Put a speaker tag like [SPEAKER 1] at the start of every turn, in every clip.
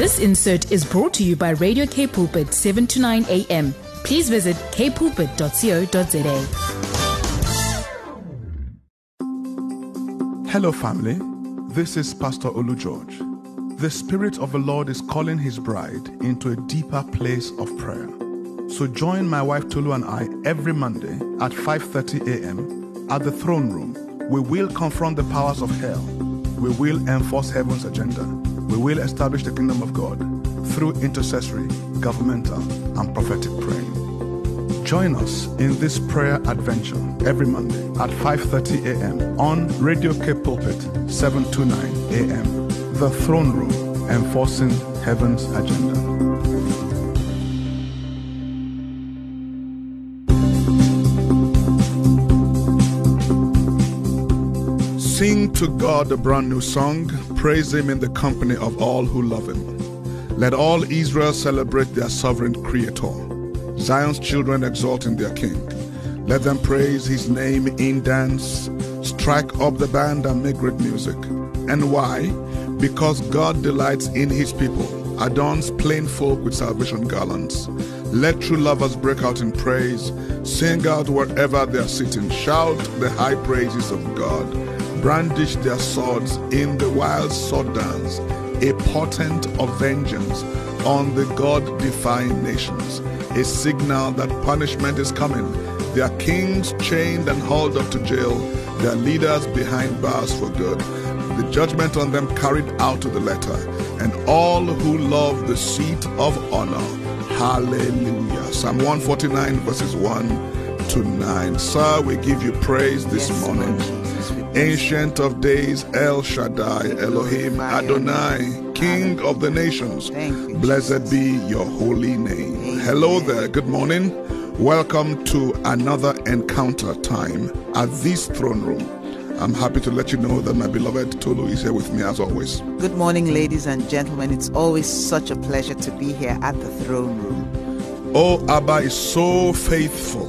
[SPEAKER 1] This insert is brought to you by Radio K Pulpit 7 to 9 a.m. Please visit kpulpit.co.za.
[SPEAKER 2] Hello, family. This is Pastor Olu George. The Spirit of the Lord is calling His bride into a deeper place of prayer. So join my wife Tolu and I every Monday at 5:30 a.m. at the Throne Room. We will confront the powers of hell. We will enforce heaven's agenda. We will establish the kingdom of God through intercessory, governmental, and prophetic praying. Join us in this prayer adventure every Monday at 5:30 a.m. on Radio K Pulpit 729 a.m. The Throne Room, enforcing heaven's agenda. Sing to God a brand new song, praise Him in the company of all who love Him. Let all Israel celebrate their sovereign Creator. Zion's children exult in their King. Let them praise His name in dance, strike up the band and make great music. And why? Because God delights in His people, adorns plain folk with salvation garlands. Let true lovers break out in praise, sing out wherever they are sitting, shout the high praises of God brandish their swords in the wild sword dance, a portent of vengeance on the God defying nations, a signal that punishment is coming, their kings chained and hauled up to jail, their leaders behind bars for good, the judgment on them carried out to the letter, and all who love the seat of honor. Hallelujah. Psalm 149, verses 1 to 9. Sir, we give you praise this morning. Ancient of days, El Shaddai, Elohim, Adonai, King of the nations. Blessed be your holy name. Hello there. Good morning. Welcome to another encounter time at this throne room. I'm happy to let you know that my beloved Tolu is here with me as always.
[SPEAKER 3] Good morning, ladies and gentlemen. It's always such a pleasure to be here at the throne room.
[SPEAKER 2] Oh, Abba is so faithful.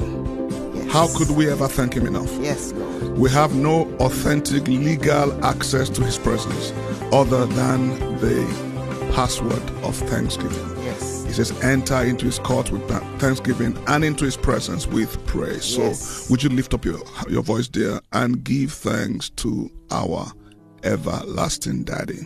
[SPEAKER 3] Yes.
[SPEAKER 2] How could we ever thank him enough?
[SPEAKER 3] Yes, Lord.
[SPEAKER 2] We have no authentic legal access to his presence other than the password of thanksgiving.
[SPEAKER 3] Yes.
[SPEAKER 2] He says, enter into his court with tha- thanksgiving and into his presence with praise.
[SPEAKER 3] Yes.
[SPEAKER 2] So, would you lift up your, your voice, dear, and give thanks to our everlasting daddy?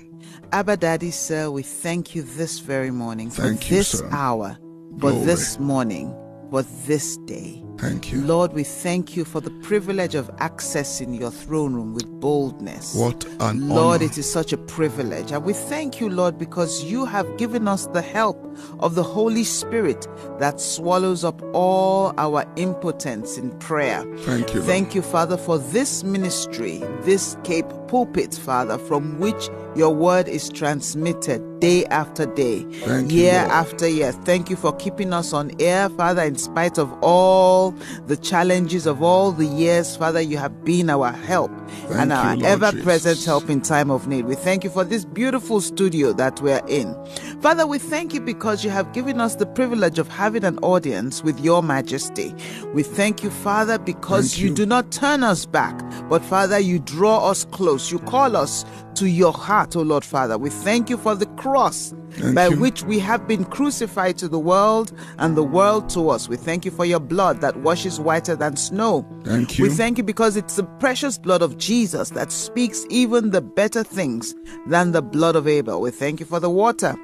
[SPEAKER 3] Abba Daddy, sir, we thank you this very morning
[SPEAKER 2] Thank
[SPEAKER 3] for
[SPEAKER 2] you,
[SPEAKER 3] this
[SPEAKER 2] sir.
[SPEAKER 3] hour, for
[SPEAKER 2] Glory.
[SPEAKER 3] this morning, for this day.
[SPEAKER 2] Thank you.
[SPEAKER 3] Lord, we thank you for the privilege of accessing your throne room with boldness.
[SPEAKER 2] What an
[SPEAKER 3] Lord,
[SPEAKER 2] honor.
[SPEAKER 3] it is such a privilege. And we thank you, Lord, because you have given us the help of the Holy Spirit that swallows up all our impotence in prayer.
[SPEAKER 2] Thank you. Lord.
[SPEAKER 3] Thank you, Father, for this ministry, this Cape pulpit, Father, from which your word is transmitted day after day,
[SPEAKER 2] Thank you,
[SPEAKER 3] year
[SPEAKER 2] Lord.
[SPEAKER 3] after year. Thank you for keeping us on air, Father, in spite of all the challenges of all the years, Father, you have been our help and
[SPEAKER 2] you,
[SPEAKER 3] our
[SPEAKER 2] Lord
[SPEAKER 3] ever present
[SPEAKER 2] Jesus.
[SPEAKER 3] help help in time of need. We thank you for this beautiful studio that we're in. Father, we thank you because you have given us the privilege of having an audience with your majesty. We thank you, Father, because
[SPEAKER 2] Thank
[SPEAKER 3] you.
[SPEAKER 2] you.
[SPEAKER 3] do not turn us back, but Father, you draw us close. You call us to your heart, O Lord Father. We thank you for the cross.
[SPEAKER 2] Thank
[SPEAKER 3] by
[SPEAKER 2] you.
[SPEAKER 3] which we have been crucified to the world and the world to us. We thank you for your blood that washes whiter than snow.
[SPEAKER 2] Thank you.
[SPEAKER 3] We thank you because it's the precious blood of Jesus that speaks even the better things than the blood of Abel. We thank you for the water.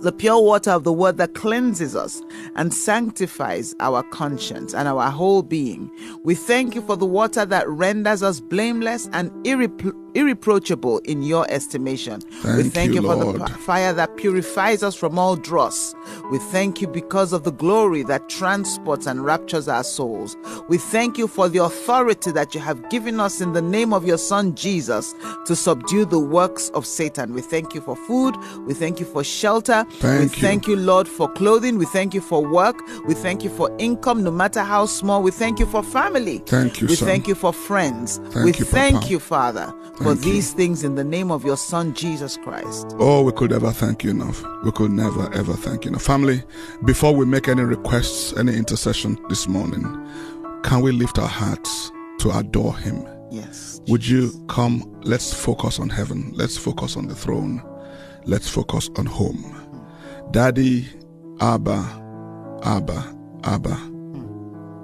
[SPEAKER 3] The pure water of the word that cleanses us and sanctifies our conscience and our whole being. We thank you for the water that renders us blameless and irrepro- irreproachable in your estimation. we
[SPEAKER 2] Thank
[SPEAKER 3] thank
[SPEAKER 2] you,
[SPEAKER 3] you, for the
[SPEAKER 2] Lord.
[SPEAKER 3] pa- fire that purifies us from all dross. We thank you because of the glory that transports and raptures our souls. We thank you for the authority that you have given us in the name of your Son Jesus to subdue the works of Satan. We thank you for food. We thank you for shelter. we
[SPEAKER 2] Thank you.
[SPEAKER 3] thank you, Lord, for clothing. We thank you for work. We thank you for income, no matter how small. We thank you for family.
[SPEAKER 2] Thank you,
[SPEAKER 3] We
[SPEAKER 2] son.
[SPEAKER 3] thank you for friends.
[SPEAKER 2] Thank
[SPEAKER 3] we
[SPEAKER 2] you,
[SPEAKER 3] thank
[SPEAKER 2] Papa.
[SPEAKER 3] you, Father, for
[SPEAKER 2] Thank you.
[SPEAKER 3] these things in the name of your Son Jesus Christ.
[SPEAKER 2] Oh, we could never thank you enough. We could never, ever thank you enough. Family, before we make any requests, any intercession this morning, can we lift our hearts to adore Him?
[SPEAKER 3] Yes.
[SPEAKER 2] Would you come? Let's focus on heaven. Let's focus on the throne. Let's focus on home. Daddy, Abba, Abba, Abba.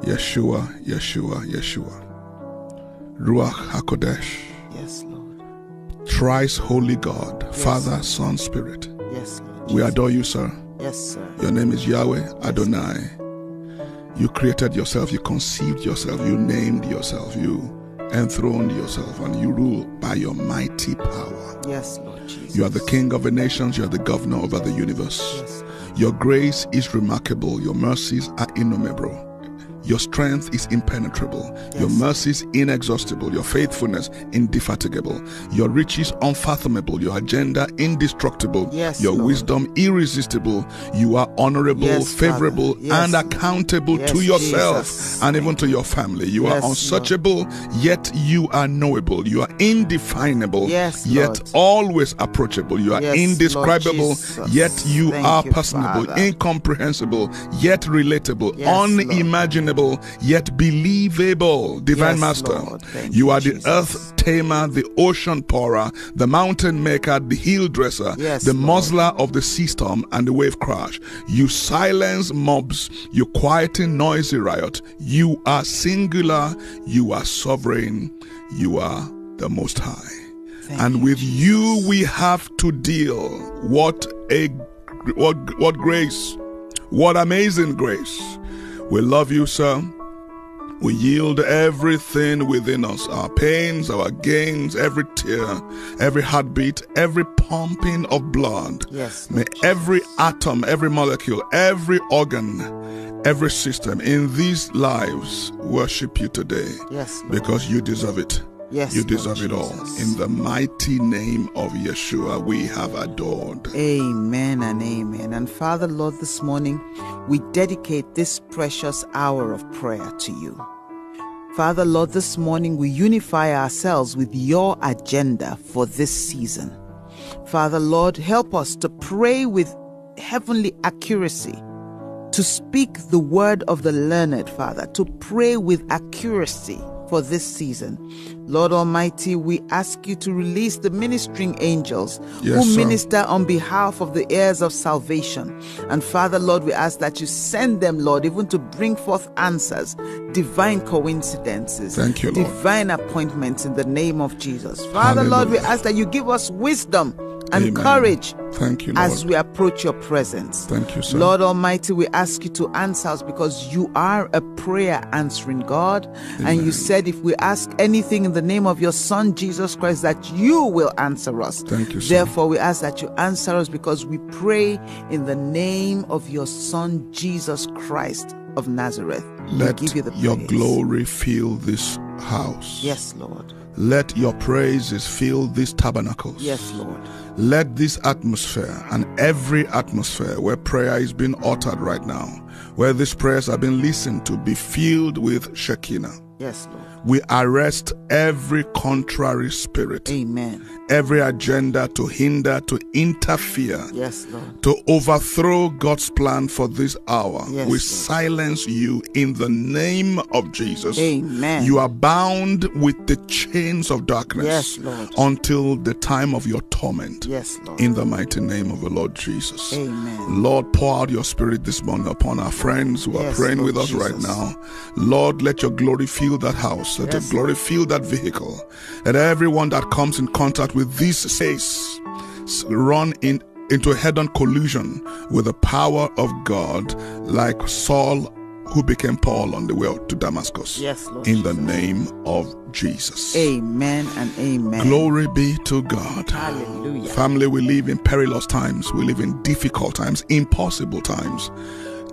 [SPEAKER 2] Yeshua, Yeshua, Yeshua. Ruach HaKodesh.
[SPEAKER 3] Yes, Lord.
[SPEAKER 2] Thrice Holy God, Father, Son, Spirit.
[SPEAKER 3] Yes, Lord.
[SPEAKER 2] We adore you, sir.
[SPEAKER 3] Yes, sir.
[SPEAKER 2] Your name is Yahweh Adonai. You created yourself, you conceived yourself, you named yourself, you enthroned yourself, and you rule by your mighty power.
[SPEAKER 3] Yes, Lord Jesus.
[SPEAKER 2] You are the King of the nations, you are the governor over the universe.
[SPEAKER 3] Yes.
[SPEAKER 2] Your grace is remarkable, your mercies are innumerable. Your strength is impenetrable, your
[SPEAKER 3] Yes.
[SPEAKER 2] mercies inexhaustible, your faithfulness indefatigable, your riches unfathomable, your agenda indestructible,
[SPEAKER 3] Yes,
[SPEAKER 2] your
[SPEAKER 3] Lord.
[SPEAKER 2] wisdom irresistible. You are honorable,
[SPEAKER 3] Yes, Father.
[SPEAKER 2] favorable,
[SPEAKER 3] Yes.
[SPEAKER 2] and accountable
[SPEAKER 3] Yes,
[SPEAKER 2] to yourself
[SPEAKER 3] Jesus.
[SPEAKER 2] and even to your family. You
[SPEAKER 3] Yes,
[SPEAKER 2] are
[SPEAKER 3] Lord.
[SPEAKER 2] unsearchable, yet you are knowable. You are indefinable,
[SPEAKER 3] Yes,
[SPEAKER 2] yet
[SPEAKER 3] Lord.
[SPEAKER 2] always approachable. You are
[SPEAKER 3] Yes, Lord
[SPEAKER 2] indescribable,
[SPEAKER 3] Jesus.
[SPEAKER 2] yet you
[SPEAKER 3] Thank
[SPEAKER 2] are
[SPEAKER 3] you,
[SPEAKER 2] personable,
[SPEAKER 3] Father.
[SPEAKER 2] incomprehensible, yet relatable,
[SPEAKER 3] Yes, Lord.
[SPEAKER 2] unimaginable, yet believable. Divine
[SPEAKER 3] Yes,
[SPEAKER 2] Master,
[SPEAKER 3] Lord. Thank
[SPEAKER 2] you
[SPEAKER 3] you,
[SPEAKER 2] are
[SPEAKER 3] Jesus.
[SPEAKER 2] the earth tamer, the ocean pourer, the mountain maker, the heel dresser,
[SPEAKER 3] Yes,
[SPEAKER 2] the
[SPEAKER 3] Lord.
[SPEAKER 2] muzzler of the sea storm and the wave crash. You silence mobs, you quieten noisy riot. You are singular, you are sovereign, you are the most high.
[SPEAKER 3] Thank
[SPEAKER 2] and
[SPEAKER 3] you,
[SPEAKER 2] with you we have to deal. What a what what grace. What amazing grace. We love you, sir. We yield everything within us our pains, our gains, every tear, every heartbeat, every pumping of blood.
[SPEAKER 3] Yes,
[SPEAKER 2] May
[SPEAKER 3] Lord
[SPEAKER 2] every atom, every molecule, every organ, every system in these lives worship you today
[SPEAKER 3] Yes, Lord.
[SPEAKER 2] because you deserve it.
[SPEAKER 3] Yes,
[SPEAKER 2] you
[SPEAKER 3] Lord
[SPEAKER 2] deserve it all.
[SPEAKER 3] Jesus.
[SPEAKER 2] In the mighty name of Yeshua, we have adored.
[SPEAKER 3] Amen and amen. And Father, Lord, this morning we dedicate this precious hour of prayer to you. Father, Lord, this morning we unify ourselves with your agenda for this season. Father, Lord, help us to pray with heavenly accuracy, to speak the word of the learned, Father, to pray with accuracy for this season. Lord Almighty, we ask you to release the ministering angels
[SPEAKER 2] Yes,
[SPEAKER 3] who
[SPEAKER 2] sir.
[SPEAKER 3] minister on behalf of the heirs of salvation. And Father, Lord, we ask that you send them, Lord, even to bring forth answers, divine coincidences,
[SPEAKER 2] Thank you, Lord.
[SPEAKER 3] divine appointments in the name of Jesus. Father, Lord, we
[SPEAKER 2] Hallelujah.
[SPEAKER 3] ask that you give us wisdom and
[SPEAKER 2] Amen.
[SPEAKER 3] courage
[SPEAKER 2] Thank you, Lord.
[SPEAKER 3] as we approach your presence.
[SPEAKER 2] Thank you, sir.
[SPEAKER 3] Lord Almighty, we ask you to answer us because you are a prayer answering God. And you said if we ask anything in the name of your Son Jesus Christ, that you will answer us.
[SPEAKER 2] Thank you, sir.
[SPEAKER 3] Therefore, we ask that you answer us because we pray in the name of your Son Jesus Christ of Nazareth.
[SPEAKER 2] Let
[SPEAKER 3] we give you the
[SPEAKER 2] your
[SPEAKER 3] praise.
[SPEAKER 2] glory fill this house.
[SPEAKER 3] Yes, Lord.
[SPEAKER 2] Let your praises fill these tabernacles.
[SPEAKER 3] Yes, Lord.
[SPEAKER 2] Let this atmosphere and every atmosphere where prayer is being uttered right now, where these prayers are being listened to, be filled with Shekinah.
[SPEAKER 3] Yes, Lord.
[SPEAKER 2] We arrest every contrary spirit,
[SPEAKER 3] Amen.
[SPEAKER 2] every agenda to hinder, to interfere,
[SPEAKER 3] Yes, Lord.
[SPEAKER 2] to overthrow God's plan for this hour.
[SPEAKER 3] Yes,
[SPEAKER 2] we
[SPEAKER 3] Lord.
[SPEAKER 2] silence you in the name of Jesus.
[SPEAKER 3] Amen.
[SPEAKER 2] You are bound with the chains of darkness
[SPEAKER 3] Yes, Lord.
[SPEAKER 2] until the time of your torment.
[SPEAKER 3] Yes, Lord.
[SPEAKER 2] In the mighty name of the Lord Jesus.
[SPEAKER 3] Amen.
[SPEAKER 2] Lord, pour out your spirit this morning upon our friends who are
[SPEAKER 3] Yes,
[SPEAKER 2] praying
[SPEAKER 3] Lord
[SPEAKER 2] with us right
[SPEAKER 3] Jesus.
[SPEAKER 2] now. Lord, let your glory fill that house. Let
[SPEAKER 3] Yes,
[SPEAKER 2] your glory fill that vehicle. Let everyone that comes in contact with this space s- run in, into a head on collision with the power of God, like Saul who became Paul on the way to Damascus.
[SPEAKER 3] Yes, Lord
[SPEAKER 2] In the
[SPEAKER 3] Jesus.
[SPEAKER 2] name of Jesus.
[SPEAKER 3] Amen and amen.
[SPEAKER 2] Glory be to God.
[SPEAKER 3] Hallelujah.
[SPEAKER 2] Family, we live in perilous times. We live in difficult times, impossible times,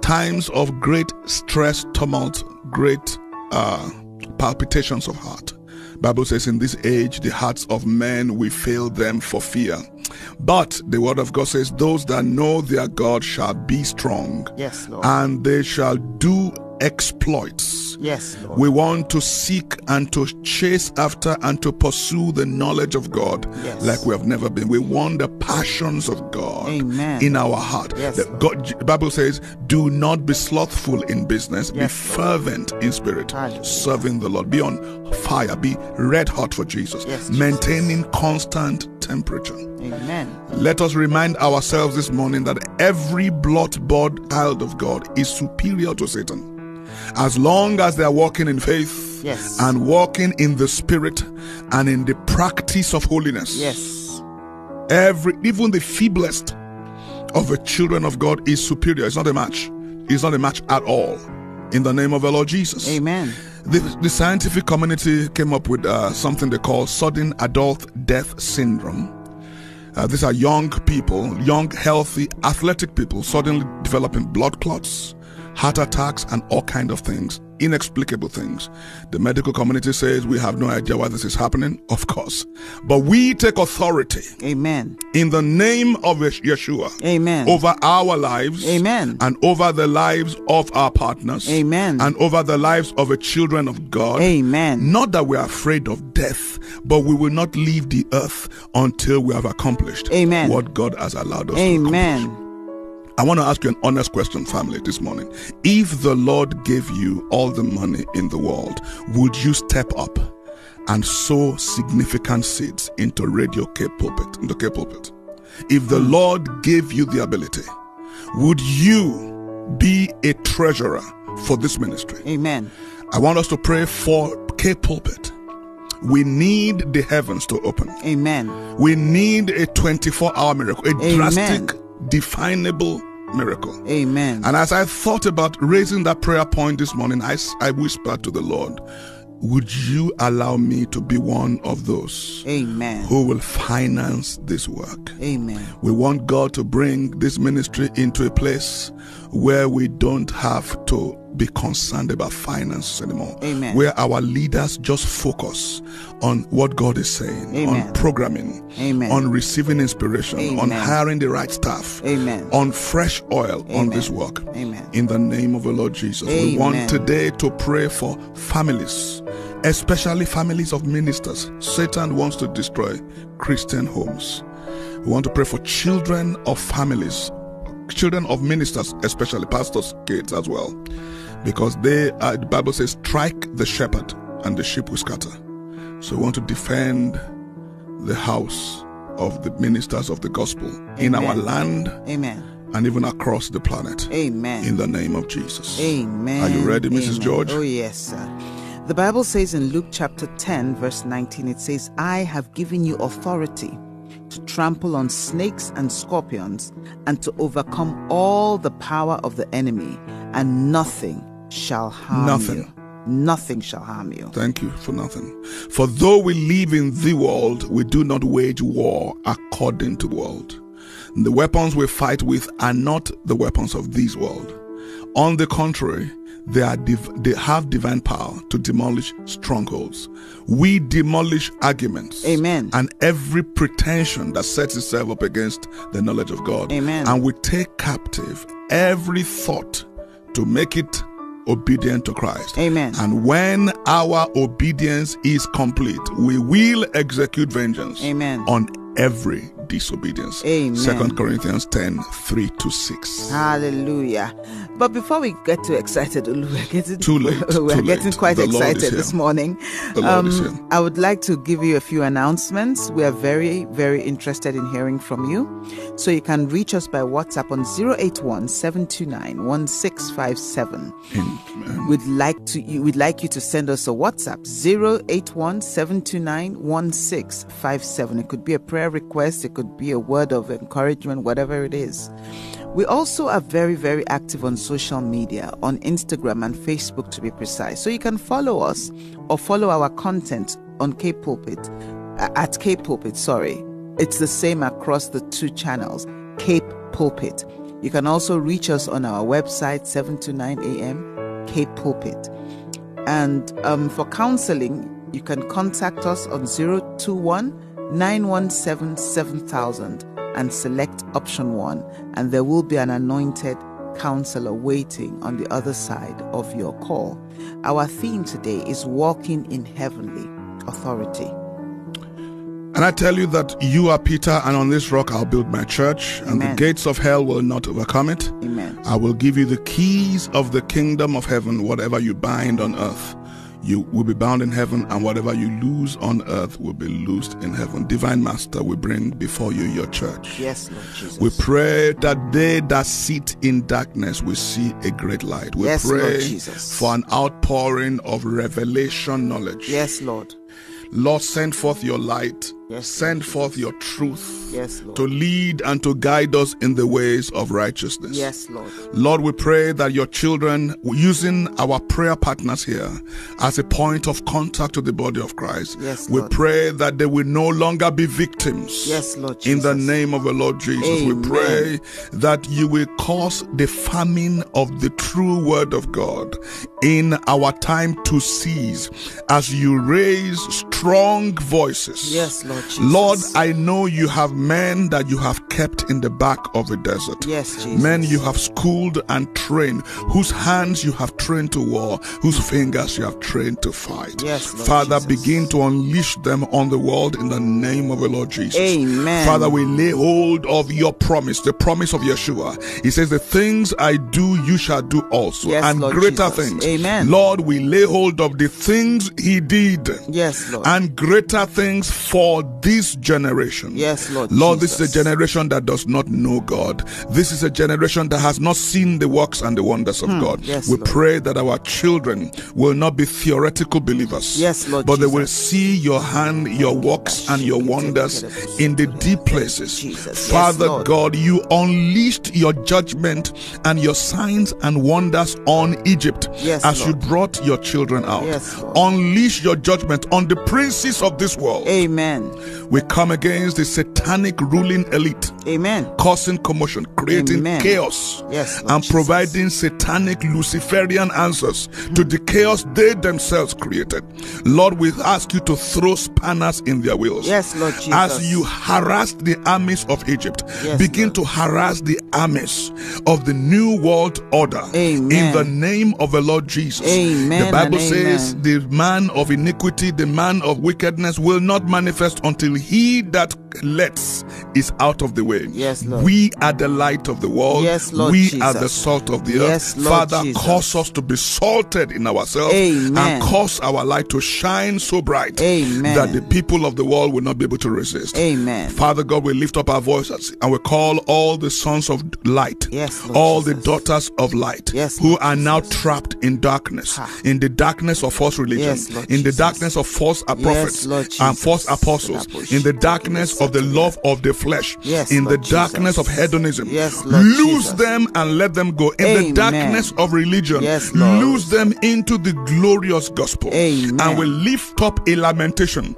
[SPEAKER 2] times of great stress, tumult, great uh, palpitations of heart. Bible says, "In this age, the hearts of men we fail them for fear." But the word of God says, "Those that know their God shall be strong,
[SPEAKER 3] Yes, Lord.
[SPEAKER 2] and they shall do exploits." Jesus.
[SPEAKER 3] Yes, Lord.
[SPEAKER 2] We want to seek and to chase after and to pursue the knowledge of God
[SPEAKER 3] Yes.
[SPEAKER 2] like we have never been. We want the passions of God
[SPEAKER 3] Amen.
[SPEAKER 2] in our heart.
[SPEAKER 3] Yes,
[SPEAKER 2] The
[SPEAKER 3] Lord.
[SPEAKER 2] God, the Bible says, do not be slothful in business.
[SPEAKER 3] Yes,
[SPEAKER 2] be fervent in spirit,
[SPEAKER 3] Hallelujah.
[SPEAKER 2] serving the Lord. Be on fire. Be red hot for Jesus.
[SPEAKER 3] Yes, Jesus.
[SPEAKER 2] Maintaining constant temperature.
[SPEAKER 3] Amen.
[SPEAKER 2] Let us remind ourselves this morning that every blood bought child of God is superior to Satan. As long as they are walking in faith
[SPEAKER 3] Yes.
[SPEAKER 2] and walking in the spirit and in the practice of holiness.
[SPEAKER 3] Yes.
[SPEAKER 2] Every even the feeblest of the children of God is superior. It's not a match. It's not a match at all. In the name of the Lord Jesus.
[SPEAKER 3] Amen.
[SPEAKER 2] The, the scientific community came up with uh, something they call sudden adult death syndrome. Uh, these are young people, young, healthy, athletic people, suddenly developing blood clots, heart attacks, and all kind of things, inexplicable things. The medical community says we have no idea why this is happening, of course, but we take authority
[SPEAKER 3] Amen.
[SPEAKER 2] in the name of Yes- Yeshua
[SPEAKER 3] Amen.
[SPEAKER 2] over our lives,
[SPEAKER 3] Amen.
[SPEAKER 2] and over the lives of our partners,
[SPEAKER 3] Amen.
[SPEAKER 2] and over the lives of the children of God.
[SPEAKER 3] Amen.
[SPEAKER 2] Not that we are afraid of death, but we will not leave the earth until we have accomplished
[SPEAKER 3] Amen.
[SPEAKER 2] what God has allowed us to accomplish.
[SPEAKER 3] Amen.
[SPEAKER 2] I want to ask you an honest question, family, this morning. If the Lord gave you all the money in the world, would you step up and sow significant seeds into Radio K Pulpit? Into K Pulpit? If
[SPEAKER 3] Hmm.
[SPEAKER 2] the Lord gave you the ability, would you be a treasurer for this ministry?
[SPEAKER 3] Amen.
[SPEAKER 2] I want us to pray for K Pulpit. We need the heavens to open.
[SPEAKER 3] Amen.
[SPEAKER 2] We need a 24 hour miracle, a
[SPEAKER 3] Amen.
[SPEAKER 2] drastic, definable miracle.
[SPEAKER 3] Amen.
[SPEAKER 2] And as I thought about raising that prayer point this morning, I, s- I whispered to the Lord, Would you allow me to be one of those
[SPEAKER 3] Amen.
[SPEAKER 2] who will finance this work?
[SPEAKER 3] Amen.
[SPEAKER 2] We want God to bring this ministry into a place where we don't have to be concerned about finances anymore.
[SPEAKER 3] Amen.
[SPEAKER 2] Where our leaders just focus on what God is saying,
[SPEAKER 3] Amen.
[SPEAKER 2] on programming,
[SPEAKER 3] Amen.
[SPEAKER 2] on receiving inspiration, on
[SPEAKER 3] Amen.
[SPEAKER 2] hiring the right staff,
[SPEAKER 3] Amen.
[SPEAKER 2] on fresh oil on
[SPEAKER 3] Amen.
[SPEAKER 2] this work.
[SPEAKER 3] Amen.
[SPEAKER 2] In the name of the Lord Jesus, we want
[SPEAKER 3] Amen.
[SPEAKER 2] today to pray for families, especially families of ministers. Satan wants to destroy Christian homes. We want to pray for children of families, children of ministers, especially pastors' kids as well, because they, are, the Bible says, strike the shepherd and the sheep will scatter. So we want to defend the house of the ministers of the gospel in our
[SPEAKER 3] Amen.
[SPEAKER 2] land
[SPEAKER 3] Amen.
[SPEAKER 2] and even across the planet.
[SPEAKER 3] Amen.
[SPEAKER 2] In the name of Jesus.
[SPEAKER 3] Amen.
[SPEAKER 2] Are you ready, Mrs.
[SPEAKER 3] Amen.
[SPEAKER 2] George?
[SPEAKER 3] Oh, yes, sir. The Bible says in Luke chapter 10, verse 19, it says, I have given you authority to trample on snakes and scorpions and to overcome all the power of the enemy, and nothing shall harm
[SPEAKER 2] Nothing.
[SPEAKER 3] you. Nothing shall harm you.
[SPEAKER 2] Thank you for nothing. For though we live in the world, we do not wage war according to the world. The weapons we fight with are not the weapons of this world. On the contrary, they, are div- they have divine power to demolish strongholds. We demolish arguments.
[SPEAKER 3] Amen.
[SPEAKER 2] And every pretension that sets itself up against the knowledge of God.
[SPEAKER 3] Amen.
[SPEAKER 2] And we take captive every thought to make it obedient to Christ.
[SPEAKER 3] Amen.
[SPEAKER 2] And when our obedience is complete, we will execute vengeance
[SPEAKER 3] Amen.
[SPEAKER 2] on every disobedience.
[SPEAKER 3] Amen.
[SPEAKER 2] Second Corinthians 10 3 to 6.
[SPEAKER 3] Hallelujah. But before we get too excited, Olu, we're getting,
[SPEAKER 2] Too late,
[SPEAKER 3] we're
[SPEAKER 2] too
[SPEAKER 3] getting
[SPEAKER 2] late.
[SPEAKER 3] quite
[SPEAKER 2] The Lord is
[SPEAKER 3] excited
[SPEAKER 2] here.
[SPEAKER 3] this morning. Um,
[SPEAKER 2] The Lord is here.
[SPEAKER 3] I would like to give you a few announcements. We are very, very interested in hearing from you. So you can reach us by WhatsApp on 081 729 1657.
[SPEAKER 2] Amen.
[SPEAKER 3] We'd like to you we'd like you to send us a WhatsApp 081-729-1657. It could be a prayer request, it could be a word of encouragement, whatever it is. We also are very, very active on social media, on Instagram and Facebook to be precise. So you can follow us or follow our content on K Pulpit uh, at K Pulpit, sorry. It's the same across the two channels, Cape Pulpit. You can also reach us on our website, 729am, Cape Pulpit. And um, for counseling, you can contact us on 021 917 7000 and select option one, and there will be an anointed counselor waiting on the other side of your call. Our theme today is walking in heavenly authority.
[SPEAKER 2] And I tell you that you are Peter, and on this rock I'll build my church, and
[SPEAKER 3] Amen.
[SPEAKER 2] the gates of hell will not overcome it.
[SPEAKER 3] Amen.
[SPEAKER 2] I will give you the keys of the kingdom of heaven. Whatever you bind on earth, you will be bound in heaven, and whatever you lose on earth will be loosed in heaven. Divine Master, we bring before you your church.
[SPEAKER 3] Yes, Lord Jesus.
[SPEAKER 2] We pray that they that sit in darkness will see a great light. We
[SPEAKER 3] Yes, Lord
[SPEAKER 2] pray
[SPEAKER 3] Jesus.
[SPEAKER 2] for an outpouring of revelation knowledge.
[SPEAKER 3] yes, Lord.
[SPEAKER 2] Lord, send forth your light.
[SPEAKER 3] Yes,
[SPEAKER 2] send
[SPEAKER 3] Lord
[SPEAKER 2] forth your truth
[SPEAKER 3] Yes, Lord.
[SPEAKER 2] to lead and to guide us in the ways of righteousness.
[SPEAKER 3] Yes, Lord.
[SPEAKER 2] Lord, we pray that your children, using our prayer partners here as a point of contact to the body of Christ,
[SPEAKER 3] Yes,
[SPEAKER 2] we
[SPEAKER 3] Lord.
[SPEAKER 2] pray that they will no longer be victims.
[SPEAKER 3] Yes, Lord
[SPEAKER 2] In the
[SPEAKER 3] Jesus.
[SPEAKER 2] name of the Lord Jesus,
[SPEAKER 3] Amen.
[SPEAKER 2] we pray that you will cause the famine of the true word of God in our time to cease as you raise strong voices.
[SPEAKER 3] Yes, Lord Jesus.
[SPEAKER 2] Lord, I know you have men that you have kept in the back of the desert.
[SPEAKER 3] Yes, Jesus.
[SPEAKER 2] Men you have schooled and trained, whose hands you have trained to war, whose fingers you have trained to fight.
[SPEAKER 3] Yes, Lord
[SPEAKER 2] Father,
[SPEAKER 3] Jesus.
[SPEAKER 2] begin to unleash them on the world in the name of the Lord Jesus.
[SPEAKER 3] Amen.
[SPEAKER 2] Father, we lay hold of your promise, the promise of Yeshua. He says, The things I do, you shall do also,
[SPEAKER 3] Yes,
[SPEAKER 2] and
[SPEAKER 3] Lord
[SPEAKER 2] greater
[SPEAKER 3] Jesus.
[SPEAKER 2] things.
[SPEAKER 3] Amen.
[SPEAKER 2] Lord, we lay hold of the things He did
[SPEAKER 3] Yes, Lord.
[SPEAKER 2] and greater things for this generation.
[SPEAKER 3] Yes, Lord
[SPEAKER 2] Lord, this is a
[SPEAKER 3] Jesus.
[SPEAKER 2] generation that does not know God. This is a generation that has not seen the works and the wonders of God.
[SPEAKER 3] Hmm. Yes,
[SPEAKER 2] we
[SPEAKER 3] Lord.
[SPEAKER 2] pray that our children will not be theoretical believers.
[SPEAKER 3] Yes, Lord
[SPEAKER 2] But they will
[SPEAKER 3] Jesus.
[SPEAKER 2] see your hand, your works, and your wonders in the deep places.
[SPEAKER 3] Jesus. Yes,
[SPEAKER 2] Father
[SPEAKER 3] Lord.
[SPEAKER 2] God, you unleashed your judgment and your signs and wonders on Egypt
[SPEAKER 3] Yes,
[SPEAKER 2] as
[SPEAKER 3] Lord.
[SPEAKER 2] you brought your children out.
[SPEAKER 3] Yes, Lord.
[SPEAKER 2] Unleash your judgment on the princes of this world.
[SPEAKER 3] Amen.
[SPEAKER 2] We come against the satanic ruling elite,
[SPEAKER 3] Amen.
[SPEAKER 2] causing commotion, creating
[SPEAKER 3] Amen.
[SPEAKER 2] chaos,
[SPEAKER 3] Yes, Lord
[SPEAKER 2] and
[SPEAKER 3] Jesus.
[SPEAKER 2] providing satanic Luciferian answers to the chaos they themselves created. Lord, we ask you to throw spanners in their wheels.
[SPEAKER 3] Yes, Lord Jesus.
[SPEAKER 2] As you harassed the armies of Egypt,
[SPEAKER 3] Yes,
[SPEAKER 2] begin
[SPEAKER 3] Lord.
[SPEAKER 2] to harass the armies of the new world order.
[SPEAKER 3] Amen.
[SPEAKER 2] In the name of the Lord Jesus.
[SPEAKER 3] Amen
[SPEAKER 2] The Bible
[SPEAKER 3] and
[SPEAKER 2] says
[SPEAKER 3] amen.
[SPEAKER 2] the man of iniquity, the man of wickedness will not manifest until he that lets is out of the way.
[SPEAKER 3] Yes, Lord.
[SPEAKER 2] We are the light of the world.
[SPEAKER 3] Yes, Lord
[SPEAKER 2] we
[SPEAKER 3] Jesus.
[SPEAKER 2] are the salt of the
[SPEAKER 3] Yes,
[SPEAKER 2] earth.
[SPEAKER 3] Lord
[SPEAKER 2] Father,
[SPEAKER 3] Jesus.
[SPEAKER 2] cause us to be salted in ourselves
[SPEAKER 3] Amen.
[SPEAKER 2] and cause our light to shine so bright
[SPEAKER 3] Amen.
[SPEAKER 2] that the people of the world will not be able to resist.
[SPEAKER 3] Amen.
[SPEAKER 2] Father God, we lift up our voices and we call all the sons of light,
[SPEAKER 3] Yes, Lord
[SPEAKER 2] all the
[SPEAKER 3] Jesus.
[SPEAKER 2] daughters of light
[SPEAKER 3] Yes,
[SPEAKER 2] who
[SPEAKER 3] Lord
[SPEAKER 2] are now
[SPEAKER 3] Jesus.
[SPEAKER 2] trapped in darkness,
[SPEAKER 3] Ha.
[SPEAKER 2] in the darkness of false religion,
[SPEAKER 3] Yes, Lord
[SPEAKER 2] in the
[SPEAKER 3] Jesus.
[SPEAKER 2] darkness of false uh,
[SPEAKER 3] Yes,
[SPEAKER 2] prophets
[SPEAKER 3] Lord
[SPEAKER 2] and false
[SPEAKER 3] Jesus.
[SPEAKER 2] apostles, in the darkness of the love of the flesh,
[SPEAKER 3] Yes,
[SPEAKER 2] in
[SPEAKER 3] Lord
[SPEAKER 2] the darkness
[SPEAKER 3] Jesus.
[SPEAKER 2] of hedonism.
[SPEAKER 3] Yes, Lord
[SPEAKER 2] Lose
[SPEAKER 3] Jesus.
[SPEAKER 2] them and let them go. In the
[SPEAKER 3] Amen.
[SPEAKER 2] darkness of religion,
[SPEAKER 3] Yes, Lord.
[SPEAKER 2] lose them into the glorious gospel.
[SPEAKER 3] Amen.
[SPEAKER 2] And we lift up a lamentation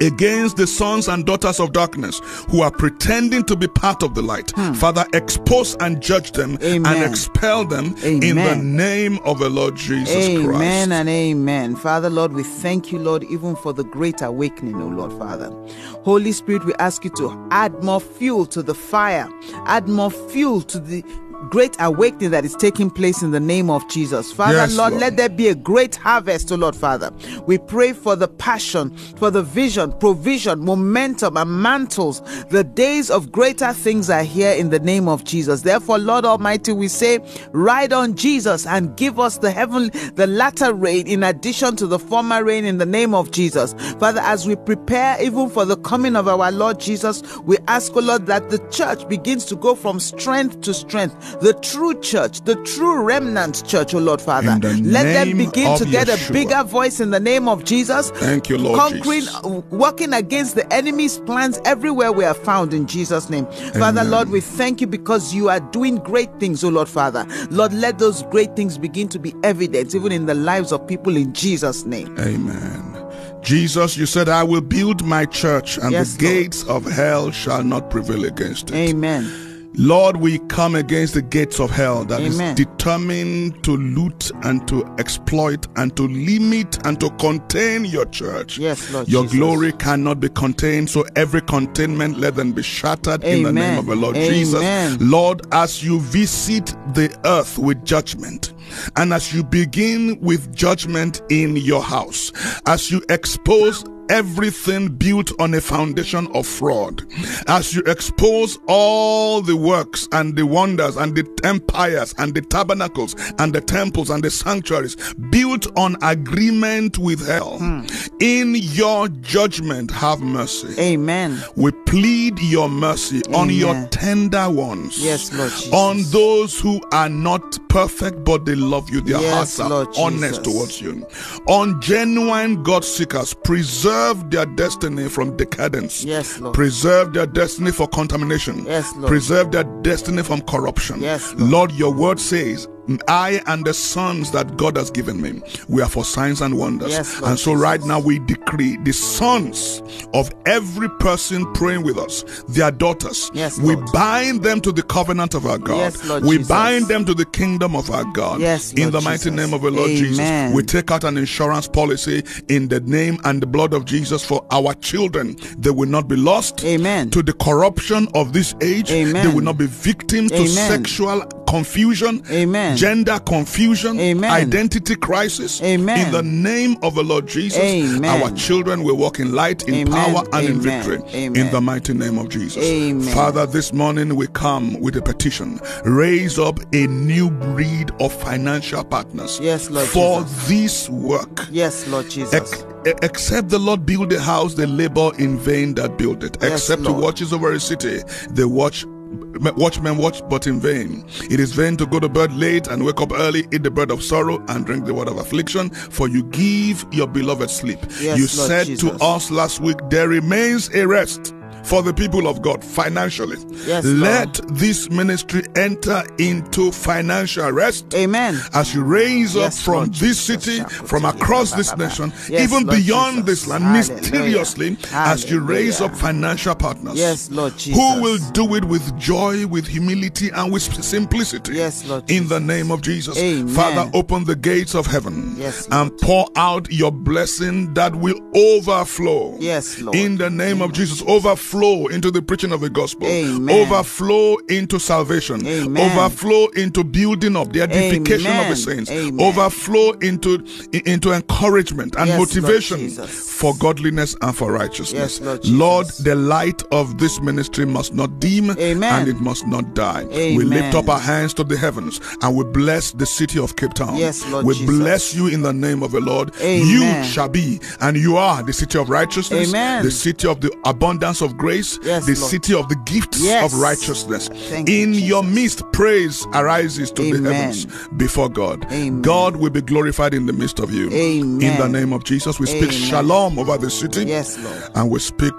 [SPEAKER 2] against the sons and daughters of darkness who are pretending to be part of the light. Father, expose and judge them and
[SPEAKER 3] Hmm. Amen.
[SPEAKER 2] expel them in the
[SPEAKER 3] Amen.
[SPEAKER 2] name of the Lord Jesus
[SPEAKER 3] amen
[SPEAKER 2] Christ.
[SPEAKER 3] and amen. Father, Lord, we thank you, Lord, even for the great awakening, O Lord, Father. Holy Spirit, we ask you to add more fuel to the fire, add more fuel to the great awakening that is taking place in the name of Jesus. Father,
[SPEAKER 2] Yes,
[SPEAKER 3] Lord,
[SPEAKER 2] Lord.
[SPEAKER 3] let there be a great harvest, O Lord, Father. We pray for the passion, for the vision, provision, momentum, and mantles. The days of greater things are here in the name of Jesus. Therefore, Lord Almighty, we say, ride on Jesus and give us the heaven, the latter rain in addition to the former rain in the name of Jesus. Father, as we prepare even for the coming of our Lord Jesus, we ask, O Lord, that the church begins to go from strength to strength. The true church, the true remnant church, O Lord Father.
[SPEAKER 2] In the
[SPEAKER 3] Let them
[SPEAKER 2] name
[SPEAKER 3] begin
[SPEAKER 2] of
[SPEAKER 3] to get
[SPEAKER 2] Yeshua.
[SPEAKER 3] a bigger voice in the name of Jesus.
[SPEAKER 2] Thank you, Lord
[SPEAKER 3] Conquering, uh,
[SPEAKER 2] Jesus.
[SPEAKER 3] working against the enemy's plans everywhere we are found in Jesus' name. Father,
[SPEAKER 2] Amen.
[SPEAKER 3] Lord, we thank you because you are doing great things, O Lord Father. Lord, let those great things begin to be evident even in the lives of people in Jesus' name.
[SPEAKER 2] Amen. Jesus, you said, I will build my church and
[SPEAKER 3] Yes,
[SPEAKER 2] the
[SPEAKER 3] Lord.
[SPEAKER 2] gates of hell shall not prevail against it.
[SPEAKER 3] Amen.
[SPEAKER 2] Lord, we come against the gates of hell that is
[SPEAKER 3] Amen.
[SPEAKER 2] determined to loot and to exploit and to limit and to contain your church.
[SPEAKER 3] Yes, Lord
[SPEAKER 2] Your
[SPEAKER 3] Jesus.
[SPEAKER 2] glory cannot be contained, so every containment let them be shattered in the name
[SPEAKER 3] Amen.
[SPEAKER 2] of the Lord
[SPEAKER 3] Amen.
[SPEAKER 2] Jesus. Lord, as you visit the earth with judgment, and as you begin with judgment in your house, as you expose everything built on a foundation of fraud, as you expose all the works and the wonders and the empires and the tabernacles and the temples and the sanctuaries built on agreement with hell, in your judgment, have mercy.
[SPEAKER 3] Amen.
[SPEAKER 2] We plead your mercy on your
[SPEAKER 3] Amen.
[SPEAKER 2] tender ones.
[SPEAKER 3] Yes, Lord Jesus.
[SPEAKER 2] On those who are not perfect, but they love you. Their
[SPEAKER 3] Yes,
[SPEAKER 2] hearts are
[SPEAKER 3] Lord
[SPEAKER 2] honest
[SPEAKER 3] Jesus.
[SPEAKER 2] towards you. On genuine God seekers, preserve their destiny from decadence.
[SPEAKER 3] Yes, Lord.
[SPEAKER 2] Preserve their destiny for contamination.
[SPEAKER 3] Yes, Lord.
[SPEAKER 2] Preserve their destiny from corruption.
[SPEAKER 3] Yes,
[SPEAKER 2] Lord.
[SPEAKER 3] Lord.
[SPEAKER 2] your word says, I and the sons that God has given me, we are for signs and wonders.
[SPEAKER 3] Yes, Lord
[SPEAKER 2] and so right
[SPEAKER 3] Jesus.
[SPEAKER 2] now we decree the sons of every person praying with us, their daughters,
[SPEAKER 3] Yes,
[SPEAKER 2] we
[SPEAKER 3] Lord.
[SPEAKER 2] bind them to the covenant of our God.
[SPEAKER 3] Yes, Lord
[SPEAKER 2] we
[SPEAKER 3] Jesus.
[SPEAKER 2] bind them to the kingdom of our God.
[SPEAKER 3] Yes,
[SPEAKER 2] in
[SPEAKER 3] Lord
[SPEAKER 2] the mighty
[SPEAKER 3] Jesus.
[SPEAKER 2] name of the Lord Jesus.
[SPEAKER 3] Amen.
[SPEAKER 2] We take out an insurance policy in the name and the blood of Jesus for our children. They will not be lost
[SPEAKER 3] Amen.
[SPEAKER 2] to the corruption of this age.
[SPEAKER 3] Amen.
[SPEAKER 2] They will not be victims to
[SPEAKER 3] Amen.
[SPEAKER 2] sexual confusion,
[SPEAKER 3] Amen.
[SPEAKER 2] gender confusion,
[SPEAKER 3] Amen.
[SPEAKER 2] identity crisis.
[SPEAKER 3] Amen.
[SPEAKER 2] In the name of the Lord Jesus,
[SPEAKER 3] Amen.
[SPEAKER 2] our children will walk in light, in
[SPEAKER 3] Amen.
[SPEAKER 2] power, and in
[SPEAKER 3] Amen.
[SPEAKER 2] victory. In
[SPEAKER 3] Amen.
[SPEAKER 2] the mighty name of Jesus.
[SPEAKER 3] Amen.
[SPEAKER 2] Father, this morning we come with a petition. Raise up a new breed of financial partners
[SPEAKER 3] Yes, Lord
[SPEAKER 2] for
[SPEAKER 3] Jesus.
[SPEAKER 2] this work.
[SPEAKER 3] Yes, Lord Jesus.
[SPEAKER 2] Ex- e-, Except the Lord build a house, they labor in vain that build it.
[SPEAKER 3] Yes,
[SPEAKER 2] Except the
[SPEAKER 3] Lord.
[SPEAKER 2] watches over a city, they watch. Watchmen watch but in vain. It is vain to go to bed late and wake up early, eat the bread of sorrow and drink the water of affliction, for you give your beloved sleep.
[SPEAKER 3] Yes,
[SPEAKER 2] you
[SPEAKER 3] Lord
[SPEAKER 2] said to
[SPEAKER 3] Jesus.
[SPEAKER 2] us last week, there remains a rest for the people of God financially.
[SPEAKER 3] Yes,
[SPEAKER 2] Let this ministry enter into financial rest
[SPEAKER 3] Amen.
[SPEAKER 2] as you raise
[SPEAKER 3] Yes,
[SPEAKER 2] up from
[SPEAKER 3] Lord
[SPEAKER 2] this
[SPEAKER 3] Jesus.
[SPEAKER 2] city,
[SPEAKER 3] Shakutu
[SPEAKER 2] from across
[SPEAKER 3] yeba
[SPEAKER 2] this
[SPEAKER 3] baba.
[SPEAKER 2] nation,
[SPEAKER 3] Yes,
[SPEAKER 2] even
[SPEAKER 3] Lord
[SPEAKER 2] beyond
[SPEAKER 3] Jesus.
[SPEAKER 2] this land,
[SPEAKER 3] Hallelujah.
[SPEAKER 2] mysteriously, as you raise up
[SPEAKER 3] Hallelujah.
[SPEAKER 2] financial partners.
[SPEAKER 3] Yes, Lord
[SPEAKER 2] Who
[SPEAKER 3] Jesus.
[SPEAKER 2] will do it with joy, with humility, and with simplicity?
[SPEAKER 3] Yes, Lord
[SPEAKER 2] In the
[SPEAKER 3] Jesus.
[SPEAKER 2] name of Jesus.
[SPEAKER 3] Amen.
[SPEAKER 2] Father, open the gates of heaven
[SPEAKER 3] Yes,
[SPEAKER 2] and pour out your blessing that will overflow.
[SPEAKER 3] Yes, Lord.
[SPEAKER 2] In the name of Jesus, overflow into the preaching of the gospel.
[SPEAKER 3] Amen.
[SPEAKER 2] Overflow into salvation.
[SPEAKER 3] Amen.
[SPEAKER 2] Overflow into building up the edification of the
[SPEAKER 3] Amen.
[SPEAKER 2] saints.
[SPEAKER 3] Amen.
[SPEAKER 2] Overflow into i- into encouragement and
[SPEAKER 3] Yes, Lord
[SPEAKER 2] motivation
[SPEAKER 3] Jesus.
[SPEAKER 2] for godliness and for righteousness.
[SPEAKER 3] Yes, Lord Jesus.
[SPEAKER 2] Lord, the light of this ministry must not dim
[SPEAKER 3] Amen.
[SPEAKER 2] and it must not die. We
[SPEAKER 3] Amen.
[SPEAKER 2] lift up our hands to the heavens and we bless the city of Cape Town.
[SPEAKER 3] Yes, Lord
[SPEAKER 2] we
[SPEAKER 3] Jesus.
[SPEAKER 2] bless you in the name of the Lord. You
[SPEAKER 3] Amen.
[SPEAKER 2] shall be and you are the city of righteousness,
[SPEAKER 3] Amen.
[SPEAKER 2] the city of the abundance of grace,
[SPEAKER 3] Yes,
[SPEAKER 2] the
[SPEAKER 3] Lord.
[SPEAKER 2] city of the gifts
[SPEAKER 3] Yes.
[SPEAKER 2] of righteousness.
[SPEAKER 3] Thank you,
[SPEAKER 2] in your
[SPEAKER 3] Jesus.
[SPEAKER 2] midst, praise arises to the
[SPEAKER 3] Amen.
[SPEAKER 2] heavens before God.
[SPEAKER 3] Amen.
[SPEAKER 2] God will be glorified in the midst of you.
[SPEAKER 3] Amen.
[SPEAKER 2] In the name of Jesus, we speak
[SPEAKER 3] Amen.
[SPEAKER 2] shalom over the city
[SPEAKER 3] Yes, Lord.
[SPEAKER 2] and we speak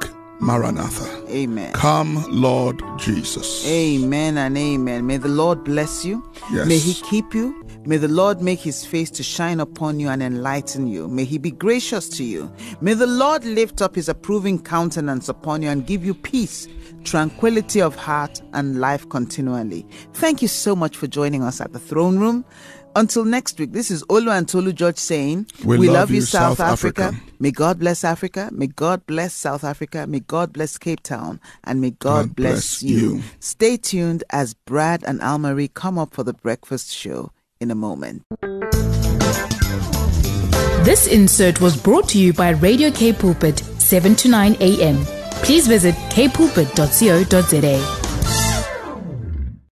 [SPEAKER 2] Maranatha.
[SPEAKER 3] Amen.
[SPEAKER 2] Come, Lord Jesus.
[SPEAKER 3] Amen and amen. May the Lord bless you.
[SPEAKER 2] Yes.
[SPEAKER 3] May He keep you. May the Lord make His face to shine upon you and enlighten you. May He be gracious to you. May the Lord lift up His approving countenance upon you and give you peace, tranquility of heart, and life continually. Thank you so much for joining us at the throne room. Until next week, this is Olu and Tolu George saying,
[SPEAKER 2] We love you, South Africa.
[SPEAKER 3] May God bless Africa. May God bless South Africa. May God bless Cape Town. And may God,
[SPEAKER 2] God
[SPEAKER 3] bless,
[SPEAKER 2] bless
[SPEAKER 3] you.
[SPEAKER 2] you.
[SPEAKER 3] Stay tuned as Brad and Almarie come up for the breakfast show in a moment.
[SPEAKER 1] This insert was brought to you by Radio K Pulpit 7 to 9 a.m. Please visit kpulpit.co.za.